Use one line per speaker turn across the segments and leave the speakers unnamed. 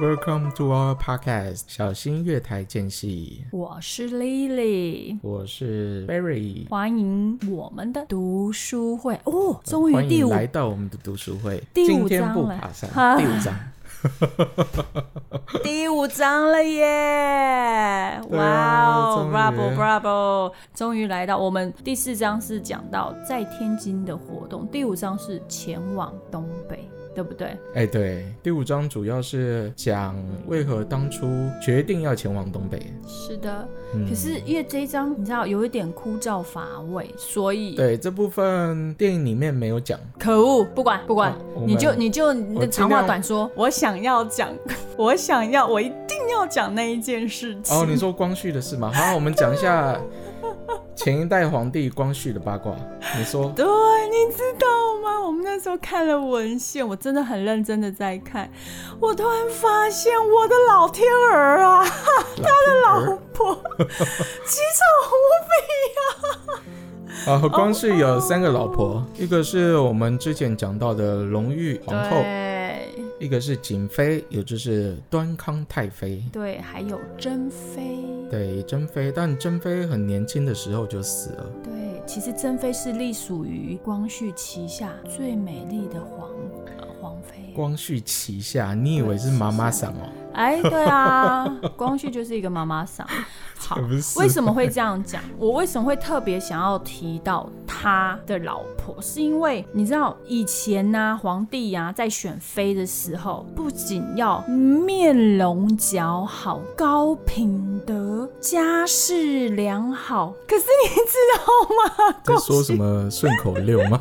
Welcome to our podcast，小心月台间隙，
我是 Lily，
我是 Barry，
欢迎我们的读书会哦，终于
欢
第
迎
五
来到我们的读书会。
第
今
五
天
章
不
了
爬山，
哈
第五章，
第五章了耶！
对
哇
啊
哦
终于
，Bravo Bravo，终于来到我们第四章是讲到在天津的活动，第五章是前往东北，对不对？
哎，对，第五章主要是讲为何当初决定要前往东北。
是的，
嗯
可是因为这一章你知道有一点枯燥乏味，所以
对这部分电影里面没有讲，
可恶，不管不管
哦我，们
你就你就你
我
的
尽
长话
量
短说，我想要讲，我想要，我一定要讲那一件事情。
哦，你说光绪的事 吗？好，我们讲一下前一代皇帝光绪的八卦。你 说，
对，你知道吗？我们那时候看了文献，我真的很认真的在看，我突然发现我的老天儿啊，
他的
老婆奇丑
啊，光绪有三个老婆，一个是我们之前讲到的隆裕
无比。
皇后，
对
一个是景妃，也就是端康太妃。
对，还有珍妃。
对，珍妃，但珍妃很年轻的时候就死了。
对，其实珍妃是隶属于光绪旗下最美丽的皇呃皇妃。
光绪旗下，你以为是妈妈桑哦？
哎， 对啊，光绪就是一个妈妈桑。好，
不是
为什么会这样讲？我为什么会特别想要提到他的老婆？是因为你知道以前呢、皇帝呀、在选妃的时候，不仅要面容姣好、高品德、家世良好，可是你知道吗？
在
光
说什么顺口溜 吗？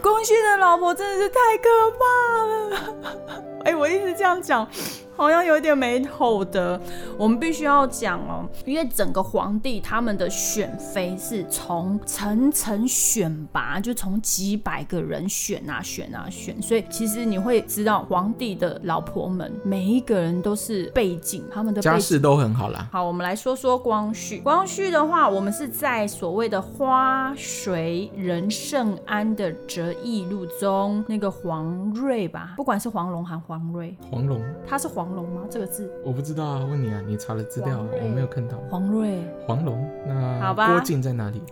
光绪的老婆真的是太可怕了。 哎、我一直这样讲，好像有点没头的。我们必须要讲哦，因为整个皇帝他们的选妃是从层层选拔，就从几百个人选啊选啊选，所以其实你会知道皇帝的老婆们每一个人都是背景，他们的背
家
景
世都很好啦。
好，我们来说说光绪。光绪的话，我们是在所谓的花水仁圣安的折翼路中，那个黄瑞吧，不管是黄龙还黄瑞，
黄龙，
他是黄龙吗？这个字，
我不知道啊，问你啊，你查了资料，
黄瑞
我没有看到。
黄瑞，
黄龙，那
好吧
郭靖在哪里？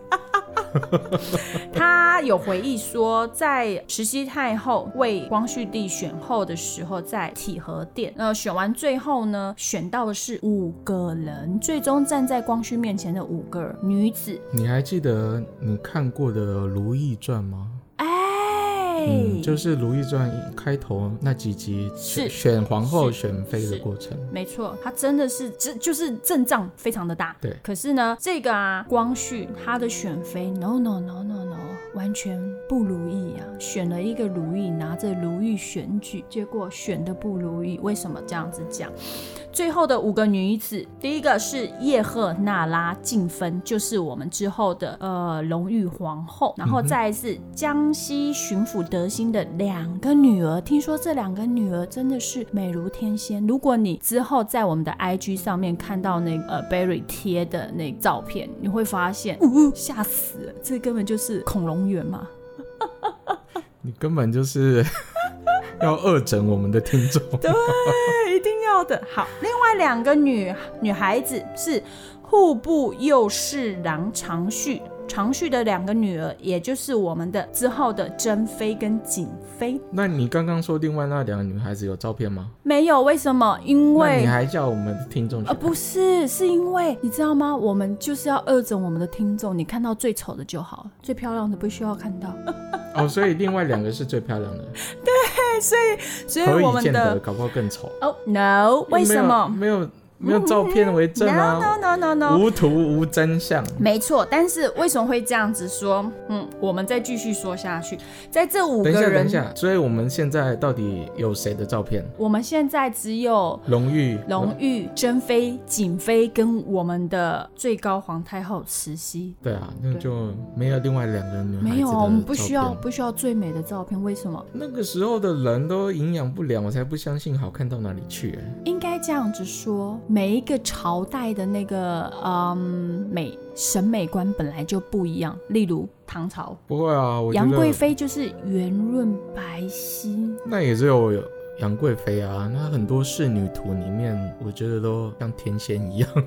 他有回忆说，在慈禧太后为光绪帝选后的时候，在体和殿，呃，选完最后呢，选到的是五个人，最终站在光绪面前的五个女子，
你还记得你看过的《如懿传》吗？
哎、
嗯，就是《如懿传》一开头那几集选
是
选皇后、
是
选妃的
是
过程。
没错，他真的是这就是阵仗非常的大。
对
可是呢，这个啊，光绪他的选妃，no no no no no，完全不如意啊，选了一个如意，拿着如意选举，结果选的不如意，为什么这样子讲？最后的五个女子，第一个是叶赫那拉静芬，就是我们之后的呃隆裕皇后，然后再来是江西巡抚德兴的两个女儿。听说这两个女儿真的是美如天仙。如果你之后在我们的 IG 上面看到那个呃 Berry 贴的那照片，你会发现，呜、吓死了，这根本就是恐龙园嘛。
你根本就是 要恶整我们的听众。
对，一定要的。好，另外两个女女孩子是户部右侍郎长绪。长绪的两个女儿，也就是我们的之后的珍妃跟景妃，
那你刚刚说另外那两个女孩子有照片吗？
没有为什么？因
那你
为
还叫我们的听众去
呃不是，是因为你知道吗？我们就是要恶整我们的听众，你看到最丑的就好，最漂亮的不需要看到。
哦，所以另外两个是最漂 亮的，
所以
何
我
以
们
见得
的
搞不好更丑？
哦、no，为什么嗯
没有没有没有照片为证
？No
啊，
no no no no，
无图无真相。
没错，但是为什么会这样子说？嗯，我们再继续说下去，在这五
等一
个
下，等
人
一，下，所以我们现在到底有谁的照片？哦
我们现在只有
隆裕，
隆裕、珍妃、景妃跟我们的最高皇太后慈禧。
对啊，那
对
就没有另外两个女孩子的
没有，啊我们不
照
需要
片
不需要最美的照片，为什么？
那个时候的人都营养不良，我才不相信好看到哪里去、欸。
应该这样子说，每一个朝代的那个嗯美审美观本来就不一样。例如唐朝，
不会啊，我觉
杨
得
贵妃就是圆润白皙，
那也只有杨贵妃啊，那很多仕女图里面，我觉得都像天仙一样，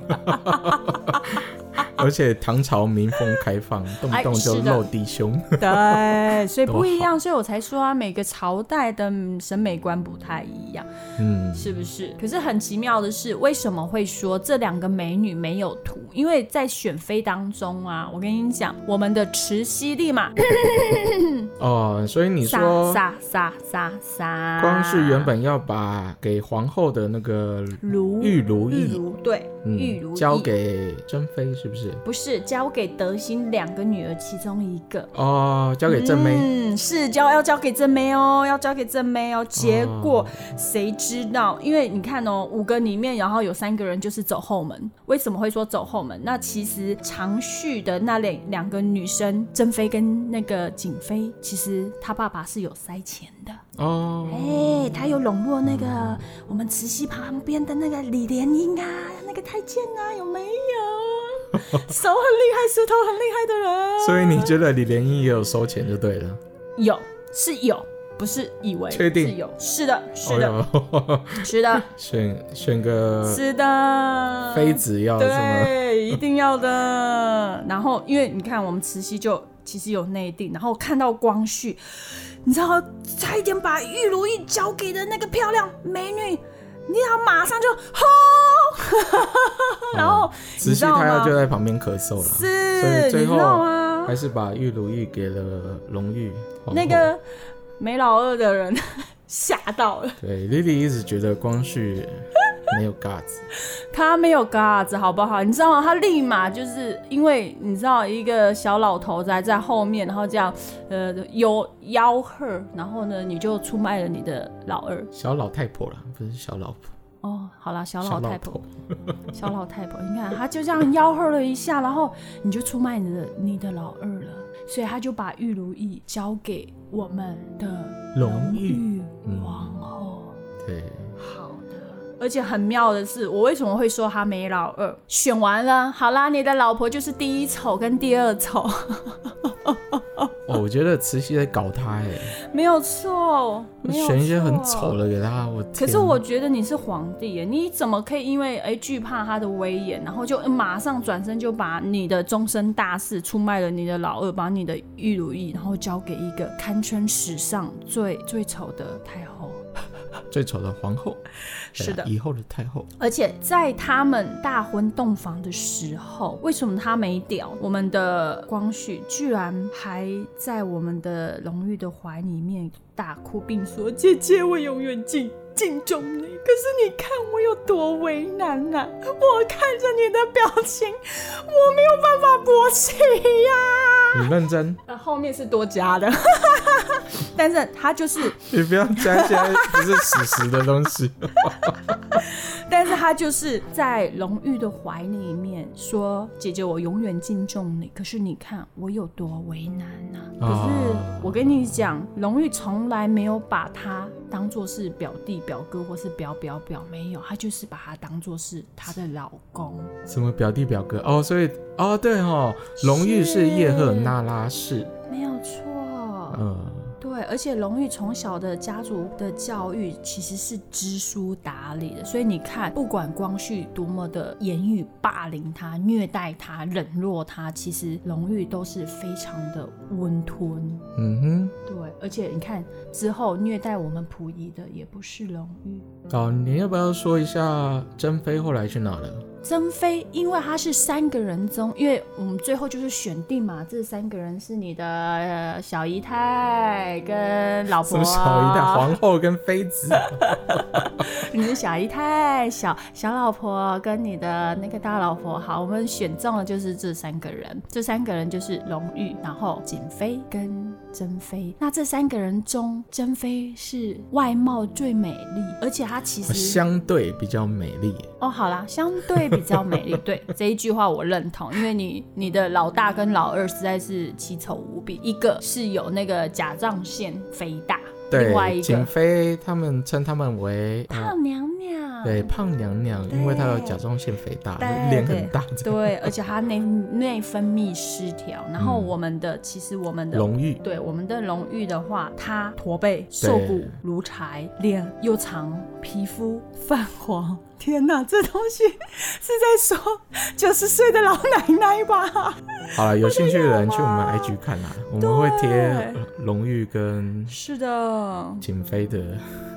而且唐朝民风开放，动不动就
哎是的
露低胸。
对，所以
多
不一
好
样，所以我才说啊，每个朝代的嗯审美观不太一样，
嗯，
是不是？可是很奇妙的是，为什么会说这两个美女没有图？因为在选妃当中啊，我跟你讲，我们的慈禧立马
哦，所 以你
杀
说，
杀杀杀杀，
光是原本要把给皇后的那个
如
玉如
玉
意，
如对玉如
嗯，
意
交给珍妃是不是？
不是交给德兴两个女儿其中一个。
哦，交给正妹。
嗯，是交要交给正妹哦，要交给正妹哦。结果、谁知道？因为你看哦，五个里面，然后有三个人就是走后门。为什么会说走后门？那其实长旭的那两两个女生，珍妃跟那个景妃，其实她爸爸是有塞钱的。哎、
哦，
他有笼络那个我们慈禧旁边的那个李莲英啊，那个太监啊，有没 有？手很厉害，石头很厉害的人。
所以你觉得李莲英也有收钱就对了。
有是有，不是以为
确定
是有，是的，是的，
哦哟，嗯
是 的，
选选个
是的，
妃子要什 么？
对，一定要的。然后因为你看，我们慈禧就其实有内定，然后看到光绪，你知道，差一点把玉如意交给的那个漂亮美女，你好，马上就吼， 然后
哦慈禧太后就在旁边咳嗽了，所
是，
以最
你知道
后
吗？
还是把玉如意给了哦隆裕皇后
那个梅老二的人 吓到了。
对，Lily 一直觉得光绪没有 guts，
他没有嘎子，好不好？你知道吗？他立马就是因为你知道一个小老头子还在后面，然后这样呃有吆喝，然后呢你就出卖了你的老二。
小老太婆啦，不是小老婆，
哦，好啦，小
小
老
老
太婆
头，。
小老太婆，你看他就这样吆喝了一下，然后你就出卖你的你的老二了，所以他就把玉如意交给我们的
隆裕
裕皇后。
对，
好的，而且很妙的是，我为什么会说他没老二？选完了，好啦，你的老婆就是第一丑跟第二丑，
哦，我觉得慈禧在搞他哎，
没有错，没有错
选一些很丑。的给他，我
可
天
是我觉得你是皇帝耶，你怎么可以因为哎惧怕他的威严，然后就马上转身就把你的终身大事出卖了你的老二，把你的玉如意，然后交给一个堪称史上最最丑的太后？
最丑的皇后，对
是
啊
的，
以后的太 后，
而且在他们大婚洞房的时候，为什么他没屌？我们的光绪居然还在我们的荣誉的怀里面大哭，并说：“姐姐，我永远敬敬重你。”可是你看我有多为难呐、我看着你的表情，我没有办法勃起呀、
你认真，
呃，后面是多加的， 但是他就是
你不要加一些不是史实的东西。
但是他就是在荣誉的怀里面说：“姐姐，我永远敬重你。可是你看我有多为难呐、可
啊
是我跟你讲，荣誉从来没有把他当做是表弟、表哥或是表表表，没有，他就是把他当做是他的老公。
什么表弟表哥哦，所以哦对哦，荣誉是叶赫那拉氏，
没有错，
嗯，
对，而且荣誉从小的家族的教育其实是知书达理的，所以你看，不管光绪多么的言语霸凌他、虐待他、冷落他，其实荣誉都是非常的温吞。
嗯
对，而且你看之后虐待我们溥仪的也不是荣誉，
哼，哦，你要不要说一下珍妃后来去哪了？
珍妃，因为她是三个人中，因为我们最后就是选定嘛，这三个人是你的、呃小姨太跟老
什
婆，
么小姨太、皇后跟妃 子？
你的小姨太、小小老婆跟你的那个大老婆，好，我们选中了就是这三个人，这三个人就是荣誉，然后瑾妃跟珍妃。那这三个人中，珍妃是外貌最美丽，而且她其实
相对比较美丽，
哦，好啦，相对比较美丽，对这一句话我认同，因为你你的老大跟老二实在是奇丑无比，一个是有那个甲状腺肥大，另外
对，
一个
瑾妃他们称他们为、呃
胖娘娘，娘，
对，胖娘娘，因为她有甲状腺肥大，
对
脸很大，这样
对，而且她内内分泌失调，然后
嗯
我们的、其实我们的
荣誉，
对我们的荣誉的话，她驼背、瘦骨、如柴，脸又长，皮肤泛黄。天哪，这东西是在说九十岁的老奶奶吧？
好了，有兴趣的人去我们
啊
IG 看啦，我们会贴呃荣誉跟
是的，
景飞的，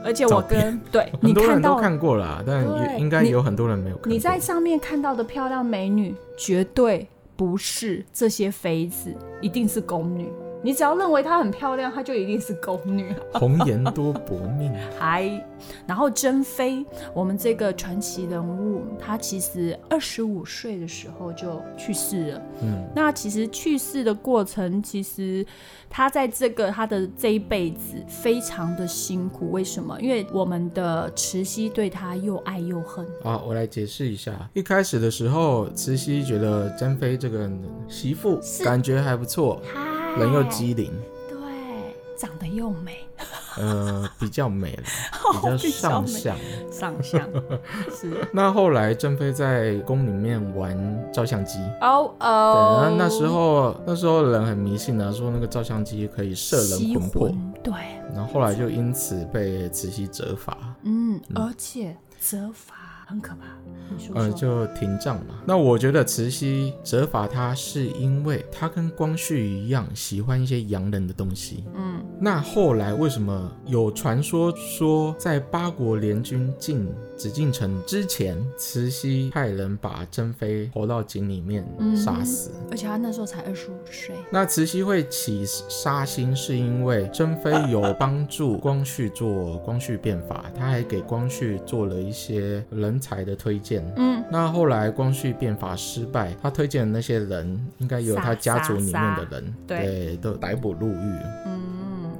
而且我
照片
跟对
很
你
多
看
人都
到
看过啦，但
对
也应该
你
有很多人没有看过。
你在上面看到的漂亮美女，绝对不是这些妃子，一定是宫女。你只要认为她很漂亮，她就一定是宫 女。
红颜多薄命，啊
还，然后珍妃，我们这个传奇人物，她其实二十五岁的时候就去世了。
嗯，
那其实去世的过程，其实她在这个她的这一辈子非常的辛苦。为什么？因为我们的慈禧对她又爱又恨。
啊，我来解释一下。一开始的时候，慈禧觉得珍妃这个媳妇
是哎
感觉还不错，
嗨
人又机灵，
对，长得又美，
呃，比较美 了，比较
比较
上
美
相。
上相是
那后来珍妃在宫里面玩照相机。
哦
对，那
哦，
那时候那时候人很迷信啊，说那个照相机可以摄人
吸
魂魄，
魂，对，
然后后来就因此被慈禧责罚，
嗯，而且责罚很可怕，你说
呃，
说，
就廷杖嘛。那我觉得慈禧责罚他是因为他跟光绪一样喜欢一些洋人的东西。
嗯，
那后来为什么有传说说，在八国联军进紫禁城之前，慈禧派人把珍妃投到井里面
嗯
杀死？
而且他那时候才二十五岁，
那慈禧会起杀心，是因为珍妃有帮助光绪做光绪变法，她还给光绪做了一些人才的推荐。
嗯，
那后来光绪变法失败，他推荐的那些人，应该有他家族里面的人，
杀杀杀
对，都逮捕入狱。嗯，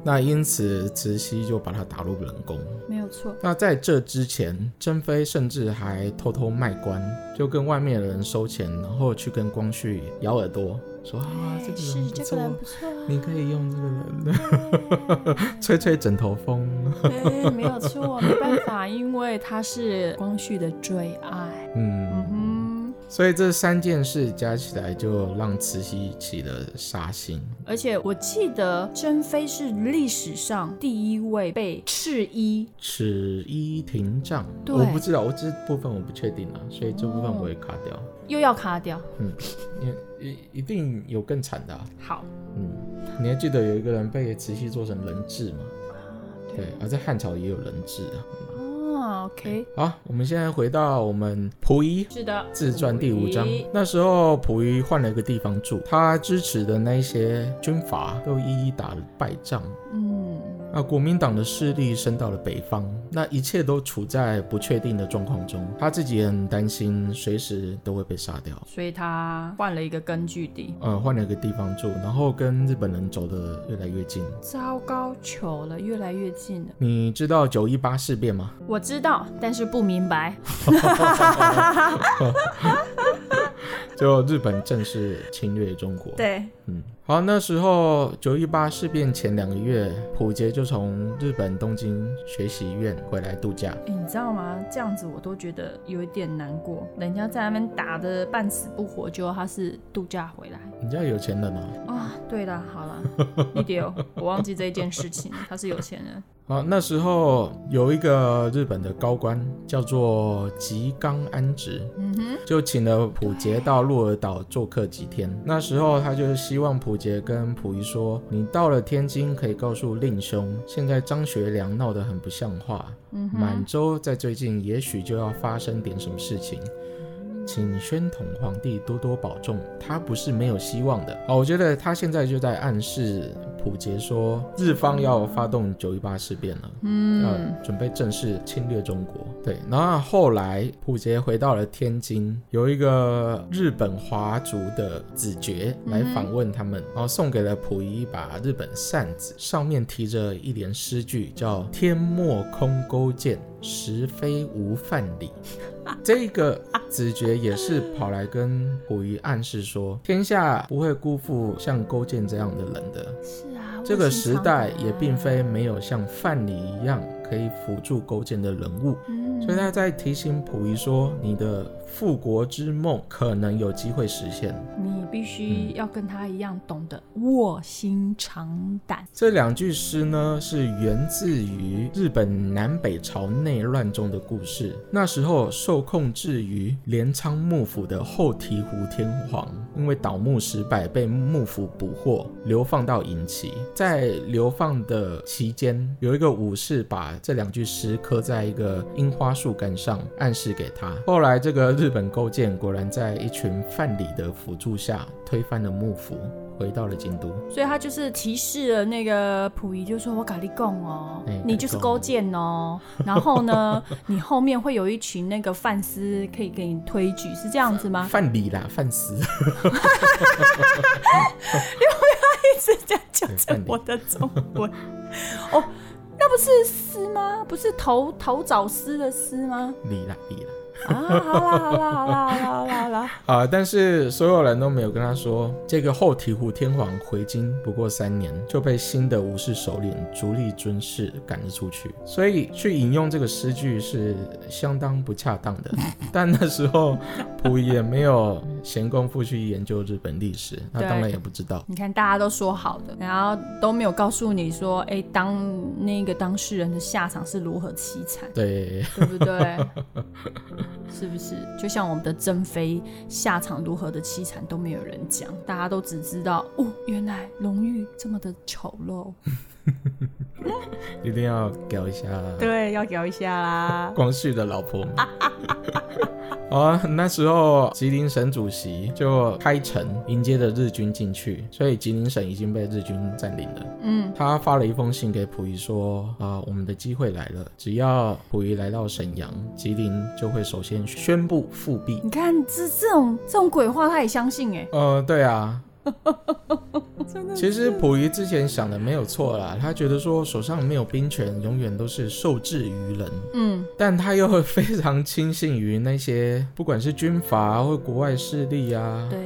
那因此慈禧就把他打入冷宫。
没有错，
那在这之前，珍妃甚至还偷偷卖官，就跟外面的人收钱，然后去跟光绪咬耳朵，说啊，这
哎
个
是
人不
这
错
个，人不错啊，
你可以用这个人， 吹吹枕头风。
对，哎没有错，没办 法，因为他是光绪的最爱，
嗯，
嗯，
所以这三件事加起来，就让慈禧起了杀心。
而且我记得珍妃是历史上第一位被赤衣
尺衣廷杖，
对
我不知道，我这部分我不确定啊，所以这部分我会卡掉。
又要卡掉，
因一一定有更惨的、啊，
好，
嗯，你还记得有一个人被慈禧做成人质吗？对，而、在汉朝也有人质啊。
啊，OK，
好，我们现在回到我们溥仪
是的，
自传第五章
溥仪，
那时候溥仪换了一个地方住，他支持的那些军阀都一一打了败仗，
嗯，
那国民党的势力伸到了北方，那一切都处在不确定的状况中，他自己也很担心，随时都会被杀掉。
所以他换了一个根据地，
呃，换了一个地方住，然后跟日本人走得越来越近。
糟糕，糗了，越来越近了。
你知道九一八事变吗？
我知道，但是不明白。
就日本正式侵略中国。，
对，
嗯，好，那时候九一八事变前两个月，溥杰就从日本东京学习院回来度假。
诶你知道吗？这样子我都觉得有一点难过。人家在那边打的半死不活，结果他是度假回来。
你家有钱人哦。
啊，对了，好了，一丢，我忘记这件事情了。他是有钱人，
好，那时候有一个日本的高官叫做吉冈安直，
嗯哼，
就请了溥杰到鹿儿岛做客几天。那时候他就是希望溥杰跟溥仪说：“你到了天津，可以告诉令兄，现在张学良闹得很不像话，
嗯
满洲在最近也许就要发生点什么事情。”请宣统皇帝多多保重，他不是没有希望的哦。我觉得他现在就在暗示溥杰说，日方要发动九一八事变了。
嗯，
呃，准备正式侵略中国。对，然后后来溥杰回到了天津，有一个日本华族的子爵来访问他们，然后送给了溥仪一把日本扇子，上面提着一联诗句，叫“天莫空勾践，实非无范蠡”。这个子爵也是跑来跟溥仪暗示说，天下不会辜负像勾践这样的人的，
是啊，
这个
我心
时
肠
代
大
也并非没有像范蠡一样可以辅助勾践的人物，
嗯
所以他在提醒溥仪说，你的复国之梦可能有机会实现。
你必
嗯
须要跟他一样懂得卧薪尝胆。
这两句诗呢，是源自于日本南北朝内乱中的故事。那时候受控制于镰仓幕府的后醍醐天皇，因为倒幕失败被幕府捕获，流放到隐岐。在流放的期间，有一个武士把这两句诗刻在一个樱花树干上，暗示给他。后来这个日本勾践果然在一群范蠡的辅助下推翻了幕府。回到了京都，
所以他就是提示了那个溥仪，就说：“我咖喱贡哦
哎，
你就是勾 践哦。然后呢，你后面会有一群那个范丝可以给你推举，是这样子吗？
范蠡啦，范死。
一直在纠正我的中文。哦，那不是丝吗？不是头头找丝的丝吗？
离啦离啦
啊，好啦好啦好啦好啦好啦好啦，
啊、但是所有人都没有跟他说，这个后醍醐天皇回京不过三年，就被新的武士首领足利尊氏赶了出去，所以去引用这个诗句是相当不恰当的。但那时候溥仪也没有闲工夫去研究日本历史，他
对
当然也不知道。
你看大家都说好的，然后都没有告诉你说，哎、当那个当事人的下场是如何凄惨。
对，
对不 对？是不是？就像我们的珍妃下场如何的凄惨都没有人讲，大家都只知道哦，原来荣誉这么的丑陋。
一定要搞一下
对，要聊一下啦。
光绪的老婆。 好啊，那时候吉林省主席就开城迎接着日军进去，所以吉林省已经被日军占领了。
嗯，
他发了一封信给溥仪说：“啊、我们的机会来了，只要溥仪来到沈阳，吉林就会首先宣布复辟。
你看这这种这种鬼话，他也相信哎、”
呃，对啊，
真的
其实溥仪之前想的没有错啦，他觉得说手上没有兵权，永远都是受制于人。
嗯，
但他又非常轻信于那些不管是军阀或国外势力啊，
对，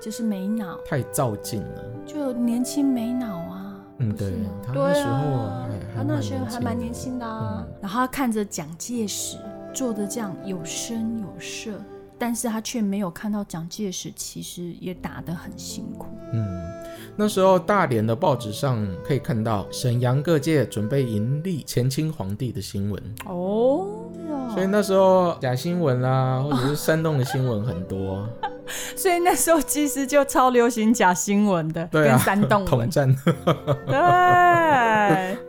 就是没脑，
太照进了。
就年轻没脑啊。
嗯，
是
对
吗，
他
对
那时候
啊
还，
他
还
那
蛮
时候还蛮年轻的啊。
嗯
然后他看着蒋介石做的这样有声有色，但是他却没有看到蒋介石其实也打得很辛苦。
的。嗯，那时候大连的报纸上可以看到沈阳各界准备迎立前清皇帝的新闻，
哦，是
所以
哦。
那时候假新闻啦、或者是煽动的新闻很 多，
所以那时候其实就超流行假新闻的，
对啊
跟煽动
统
文，
战
对。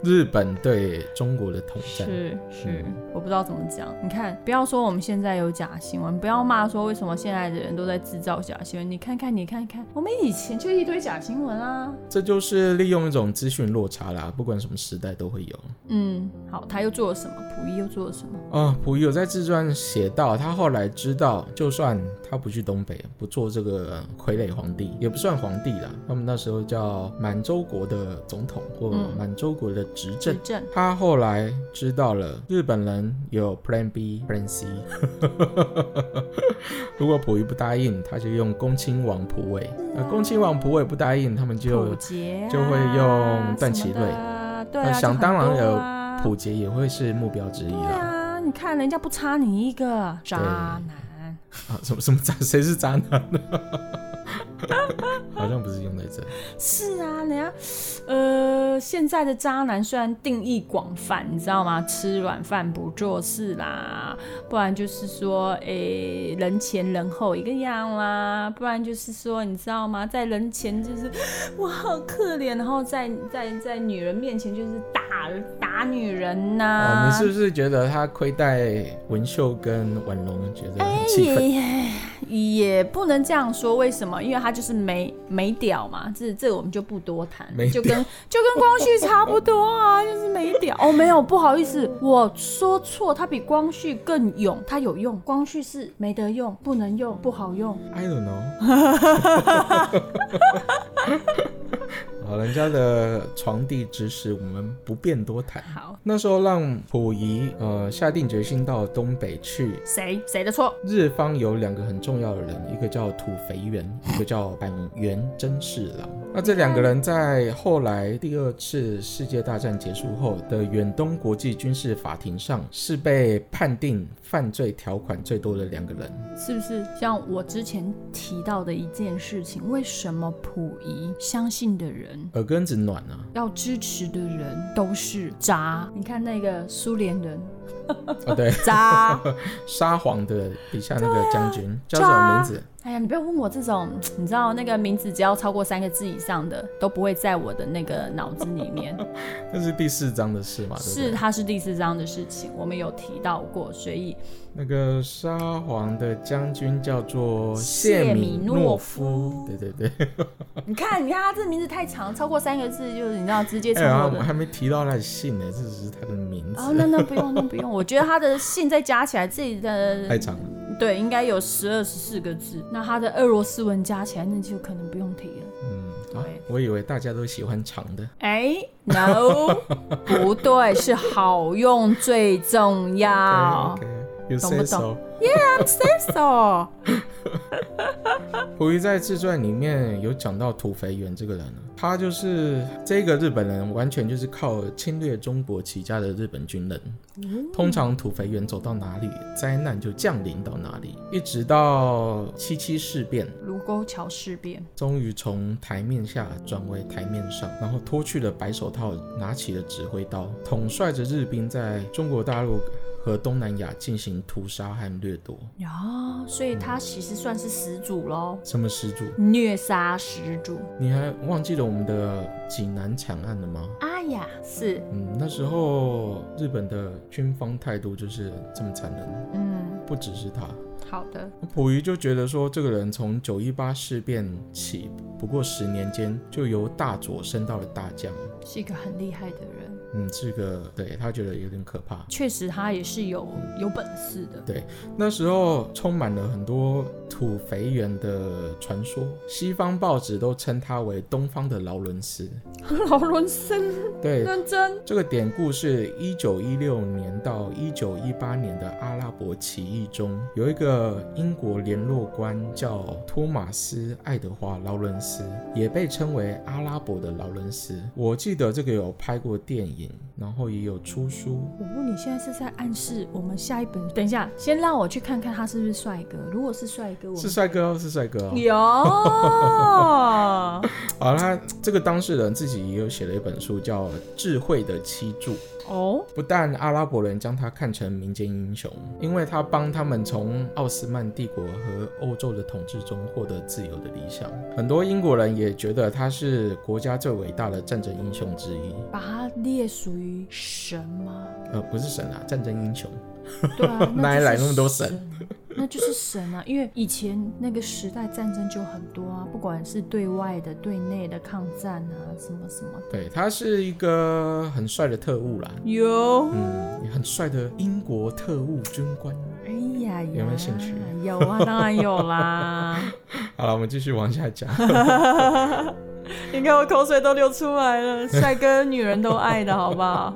日本对中国的统 战。
是是
嗯，
我不知道怎么讲。你看，不要说我们现在有假新闻，不要骂说为什么现在的人都在制造假新闻。你看看，你看看，我们以前就一堆假新闻啊。
这就是利用一种资讯落差啦，不管什么时代都会有。
嗯，好，他又做了什么？溥仪又做了什么？
啊，溥仪有在自传写到，他后来知道，就算他不去东北，不做这个傀儡皇帝，也不算皇帝啦，他们那时候叫满洲国的总统或
嗯
满洲国的执政。
执政。
他后来知道了日本人有 Plan B、Plan C，如果溥仪不答应，他就用恭亲王溥伟，呃，恭亲王溥伟不答应，他们
溥
就
杰、啊、
就会用段祺瑞
什么的啊，对
那
啊，
想当然有溥
溥。
杰也会是目标之一
对
啦。
啊，你看人家不差你一个渣男。
啊，什么什么渣？谁是渣男？ 好像不是用在这。
是啊，人家呃，现在的渣男虽然定义广泛，你知道吗？吃软饭不做事啦，不然就是说，诶、人前人后一个样啦，不然就是说，你知道吗？在人前就是我好可怜，然后在在在女人面前就是打打女人呐、
哦，你是不是觉得他亏待文秀跟婉容，觉得很气愤？
也也不能这样说，为什么？因为他就是没没屌嘛，这这我们就不多谈
没，
就跟就跟光绪差不多啊，就是没 屌。哦，没有，不好意思，我说错，他比光绪更勇，他有用，光绪是没得用，不能用，不好用。
I don't know 。好了，人家的床帝之事，我们不便多谈。
好，
那时候让溥仪呃下定决心到东北去。
谁谁的错？
日方有两个很重要的人，一个叫土肥原， 一个叫板垣征四郎。那这两个人在后来第二次世界大战结束后的远东国际军事法庭上，是被判定犯罪条款最多的两个人。
是不是像我之前提到的一件事情？为什么溥仪相信的人？
耳根子暖啊！
要支持的人都是渣。你看那个苏联人
啊，对，
渣，
沙皇的笔下那个将 军、叫什么名字？
哎呀，你不要问我这种，你知道那个名字只要超过三个字以上的都不会在我的那个脑子里 面。
那是第四章的事嘛？对不对
是，它是第四章的事情，我们有提到过，所 以
那个沙皇的将军叫做
谢
米
米诺
夫
夫。
对对对，
你看，你看他这名字太长，超过三个字就是你知道直接
哎
成
呀，
我
我
的。
们还没提到他的姓呢，这只是他的名
哦，
字，
那那不用，那不用。我觉得他的姓再加起来，自己的
太长了。
对应该有十二十四个字，那他的俄罗斯文加起来，那就可能不用提了。
嗯，啊
对
我以为大家都喜欢长 的。
哎，no，不对，是好用最重要
o。k y o u
哦懂不
say so
懂。So，
溥仪在自传里面有讲到土肥原这个人啊，他就是这个日本人，完全就是靠侵略中国起家的日本军人。
哦
通常土肥原走到哪里，灾难就降临到哪里，一直到七七事变，
卢沟桥事变，
终于从台面下转为台面上，然后脱去了白手套，拿起了指挥刀，统帅着日兵在中国大陆和东南亚进行屠杀和掠夺。
呀、所以他其实算是始祖喽，
什么始祖？
虐杀始祖。
你还忘记了我们的济南惨案了吗？
哎呀，是，
嗯，那时候日本的军方态度就是这么残忍，
嗯，
不只是他。
好的，
溥仪就觉得说，这个人从九一八事变起，不过十年间就由大佐升到了大将，
是一个很厉害的人，
嗯，这个对他觉得有点可怕。
确实他也是有有本事的。
那时候充满了很多土肥原的传说，西方报纸都称他为东方的劳伦斯。
劳伦斯
对，
认真，
这个典故是一九一六年到一九一八年的阿拉伯起义中，有一个英国联络官叫托马斯·爱德华·劳伦斯，也被称为阿拉伯的劳伦斯。我记得这个有拍过电影，然后也有出书。
我问你现在是在暗示我们下一本？等一下，先让我去看看他是不是帅哥。如果是帅哥，我
是
们
帅哥哦，是帅哥哦。
有。
好，他这个当事人自己也有写了一本书，叫《智慧的七柱》。
哦，
不但阿拉伯人将他看成民间英雄，因为他帮他们从奥斯曼帝国和欧洲的统治中获得自由的理想。很多英国人也觉得他是国家最伟大的战争英雄之一。
把它列属于神 吗？
呃，不是神啊，战争英雄。
对啊，就是
哪里来那么多神
神？ 那就是神啊，因为以前那个时代战争就很多啊，不管是对外的、对内的抗战啊，什么什么的。
对，他是一个很帅的特务啦，
有，
嗯，很帅的英国特务军官。
哎呀呀，
有没有兴趣？
有啊，当然有啦。
好了，我们继续往下讲。
你看我口水都流出来了，帅哥女人都爱的好不好？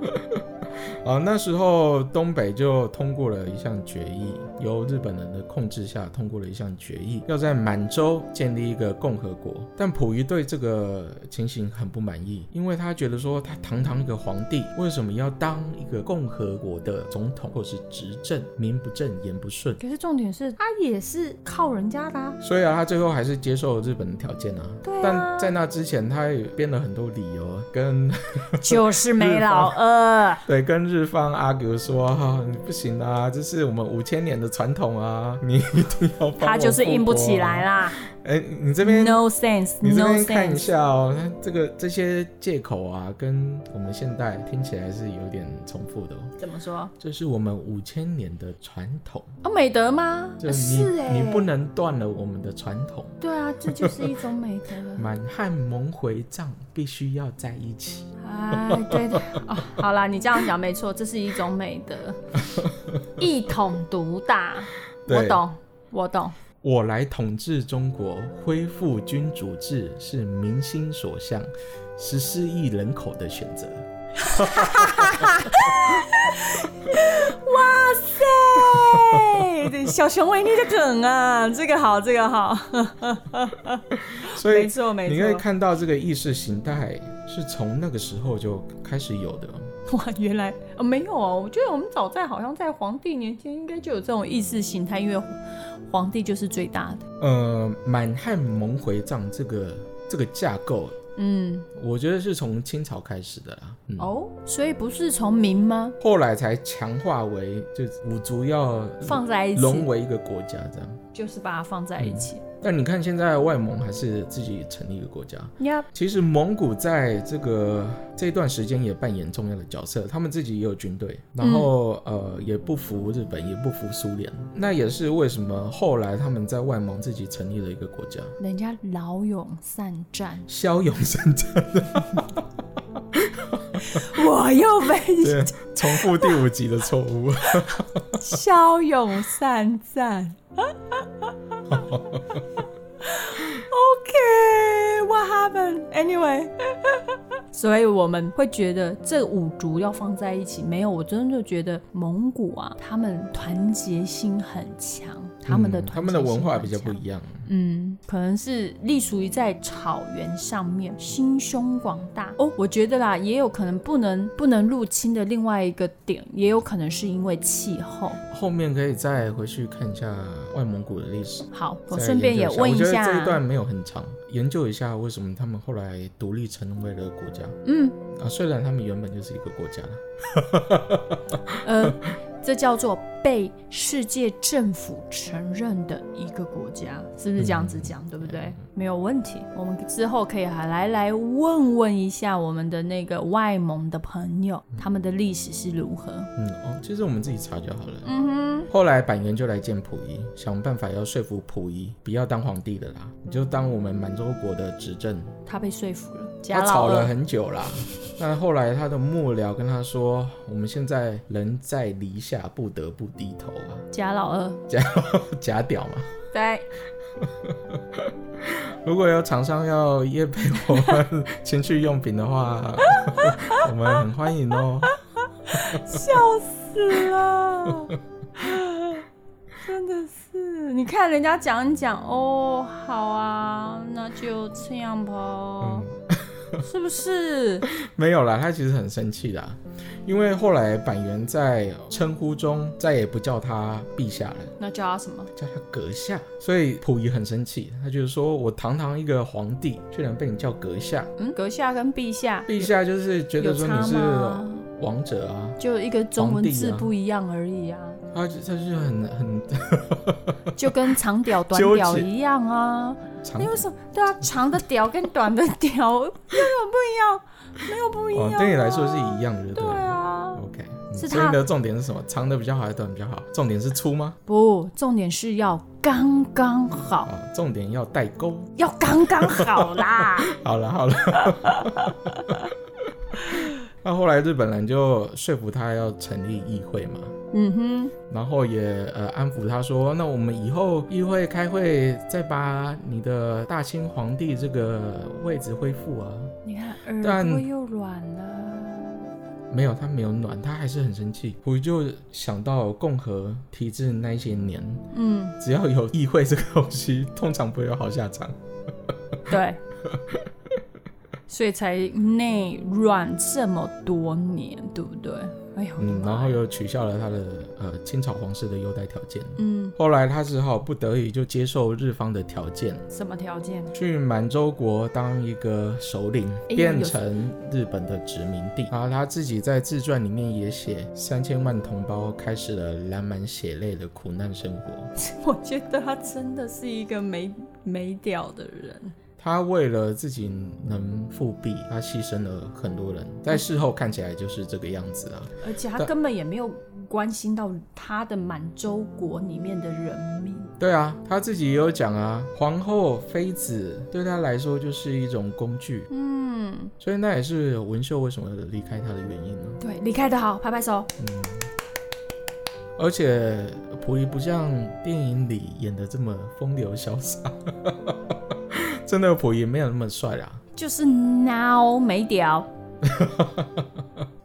啊，那时候东北就通过了一项决议，由日本人的控制下通过了一项决议，要在满洲建立一个共和国。但溥仪对这个情形很不满意，因为他觉得说他堂堂一个皇帝，为什么要当一个共和国的总统或是执政，名不正言不顺？
可是重点是，他也是靠人家的、啊。
所以啊，他最后还是接受了日本的条件啊。
对啊
但在那之前，他也编了很多理由跟
就是
没老
二，
对，跟日方 argue 说、啊你不行啊，这是我们五千年的传统啊，你一定要帮我、啊
他就是硬不起来。啦。
哎、你这边
no sense，
你这
no
边看一
sense。
下哦，那这个这些借口啊，跟我们现代听起来是有点重复的、哦。
怎么说？
这是我们五千年的传统，
哦，美德吗？
就
啊
你、
是哎、
你不。能断了我们的传统。
对啊，这就是一种美德。
满汉蒙回藏必须要在一起。
哎，对的哦，好啦，你这样讲没错，这是一种美 德，一统独大。我
对
懂，我懂。
我来统治中国，恢复君主制是民心所向，十四亿人口的选择。
哇塞，对小熊维尼的梗啊，这个好，这个好，
所以
没错没错
你可以看到这个意识形态是从那个时候就开始有的。
哇，原来、呃没有哦，我觉得我们早在好像在皇帝年间应该就有这种意识形态，因为皇帝就是最大的，
呃，满汉蒙回藏这个这个架构，
嗯，
我觉得是从清朝开始的啦。嗯，
哦，所以不是从明吗？
后来才强化为就是五族要
放在一
融
起，
为一个国家这样。
就是把它放在一起。
但你看现在外蒙还是自己成立一个国家。
Yep，
其实蒙古在这个这段时间也扮演重要的角色，他们自己也有军队，然后、
嗯
呃也不服日本，也不服苏联，那也是为什么后来他们在外蒙自己成立了一个国家，
人家老勇善战，
骁勇善战。
我又被
对， 重复第五集的错误。
骁勇善 战。OK, what happened? Anyway，所以我们会觉得这五族要放在一起，没有，我真的觉得蒙古啊，他们团结心很强， 他们的、
嗯他们的文化比较不
样。
一样。
嗯，可能是隶属于在草原上面，心胸广大哦。我觉得啦，也有可能不能不能入侵的另外一个点，也有可能是因为气候。
后面可以再回去看一下外蒙古的历史。
好，我
再
顺便也
研究
问
一
一
下，我觉得这一
下
段，没有很长，研究一下为什么他们后来独立成为了国家
嗯，
啊？虽然他们原本就是一个国家啦
呃，这叫做被世界政府承认的一个国家，是不是这样子讲？对不
嗯
对？没有问题。我们之后可以还来来问问一下我们的那个外蒙的朋友，他们的历史是如何？
嗯哦，其实我们自己查就好了。
嗯哼。
后来板垣就来见溥仪，想办法要说服溥仪不要当皇帝的啦，你就当我们满洲国的执 政。
他被说服了，贾
他
老
吵了
二
很久啦，但后来他的幕僚跟他说：“我们现在人在篱下，不得不低头啊，
贾老二
假 屌嘛。”
在
如果有厂商要业配我们 情趣用品的话， 我们很欢迎哦。
笑死了， 真的是，你看人家讲一讲哦，好啊，那就这样吧，
嗯
是不是？
没有啦，他其实很生气啦，因为后来板垣在称呼中再也不叫他陛下了。
那叫他什么？
叫他阁下，所以溥仪很生气，他就是说我堂堂一个皇帝，居然被你叫阁下。
嗯，阁下跟陛下
陛下就是觉
有
得说
差
你是
吗？
王者啊，
就一个中文
皇帝
字
啊
不一样而已啊，
他就他就是很很
就跟长屌
啊
短
纠结
屌一样啊。
长
你为什么对啊？长的屌跟短的屌没有不一样，没有不一样、
哦，对你来说是一样的，
对
了
啊，
OK，嗯
是
所以
他
你的重点是什么？长的比较好还是短比较好？重点是粗吗？
不，重点是要刚刚好，
啊，重点要代沟。
要刚刚好 啦。
好了好 了。那后来日本人就说服他要成立议会嘛，
嗯哼，
然后也呃安抚他说，那我们以后议会开会再把你的大清皇帝这个位置恢复啊。
你看耳
但
朵又软了。
没有，他没有暖，他还是很生气。我就想到共和体制那一些年，
嗯，
只要有议会这个东西，通常不会有好下场。
对，所以才内软这么多年，对不对？哎呦，我的
嗯，
妈
然后又取消了他的呃清朝皇室的优待条件。
嗯，
后来他只好不得已就接受日方的条件，
什么条件？
去满洲国当一个首领，
哎
变成日本的殖民地。然后他自己在自传里面也写，三千万同胞开始了蓝满血泪的苦难生活。
我觉得他真的是一个没没屌的人。
他为了自己能复辟，他牺牲了很多人，在事后看起来就是这个样子啊。
而且他
但
根本也没有关心到他的满洲国里面的人民。
对啊，他自己也有讲啊，皇后妃子对他来说就是一种工具，
嗯，
所以那也是文秀为什么离开他的原因呢、
对，离开的好，拍拍手。
而且溥仪不像电影 里演的这么风流潇洒，真的溥仪没有那么帅啦。啊
就是 now 没屌。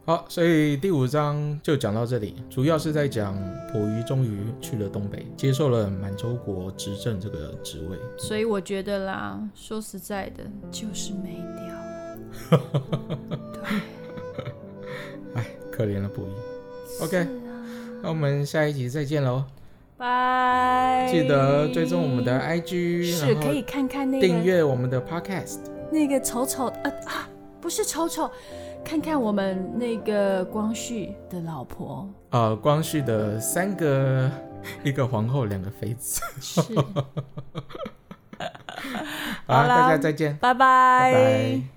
好，所以第五章就讲到这里，主要是在讲溥仪终于去了东北，接受了满洲国执政这个职位。
所以我觉得啦，说实在的，就是没屌。对，
哎，可怜了溥仪。OK，
是啊
那我们下一集再见喽！
拜。
记得追踪我们的 IG，
哎是
然
可
后
以看看那
订
个
阅我们的 Podcast。
那个丑丑呃啊，不是丑丑，看看我们那个光绪的老婆
呃，光绪的三个， 一个皇后，两个妃子。
是，
好，
好啦
大家再见，
拜
拜拜。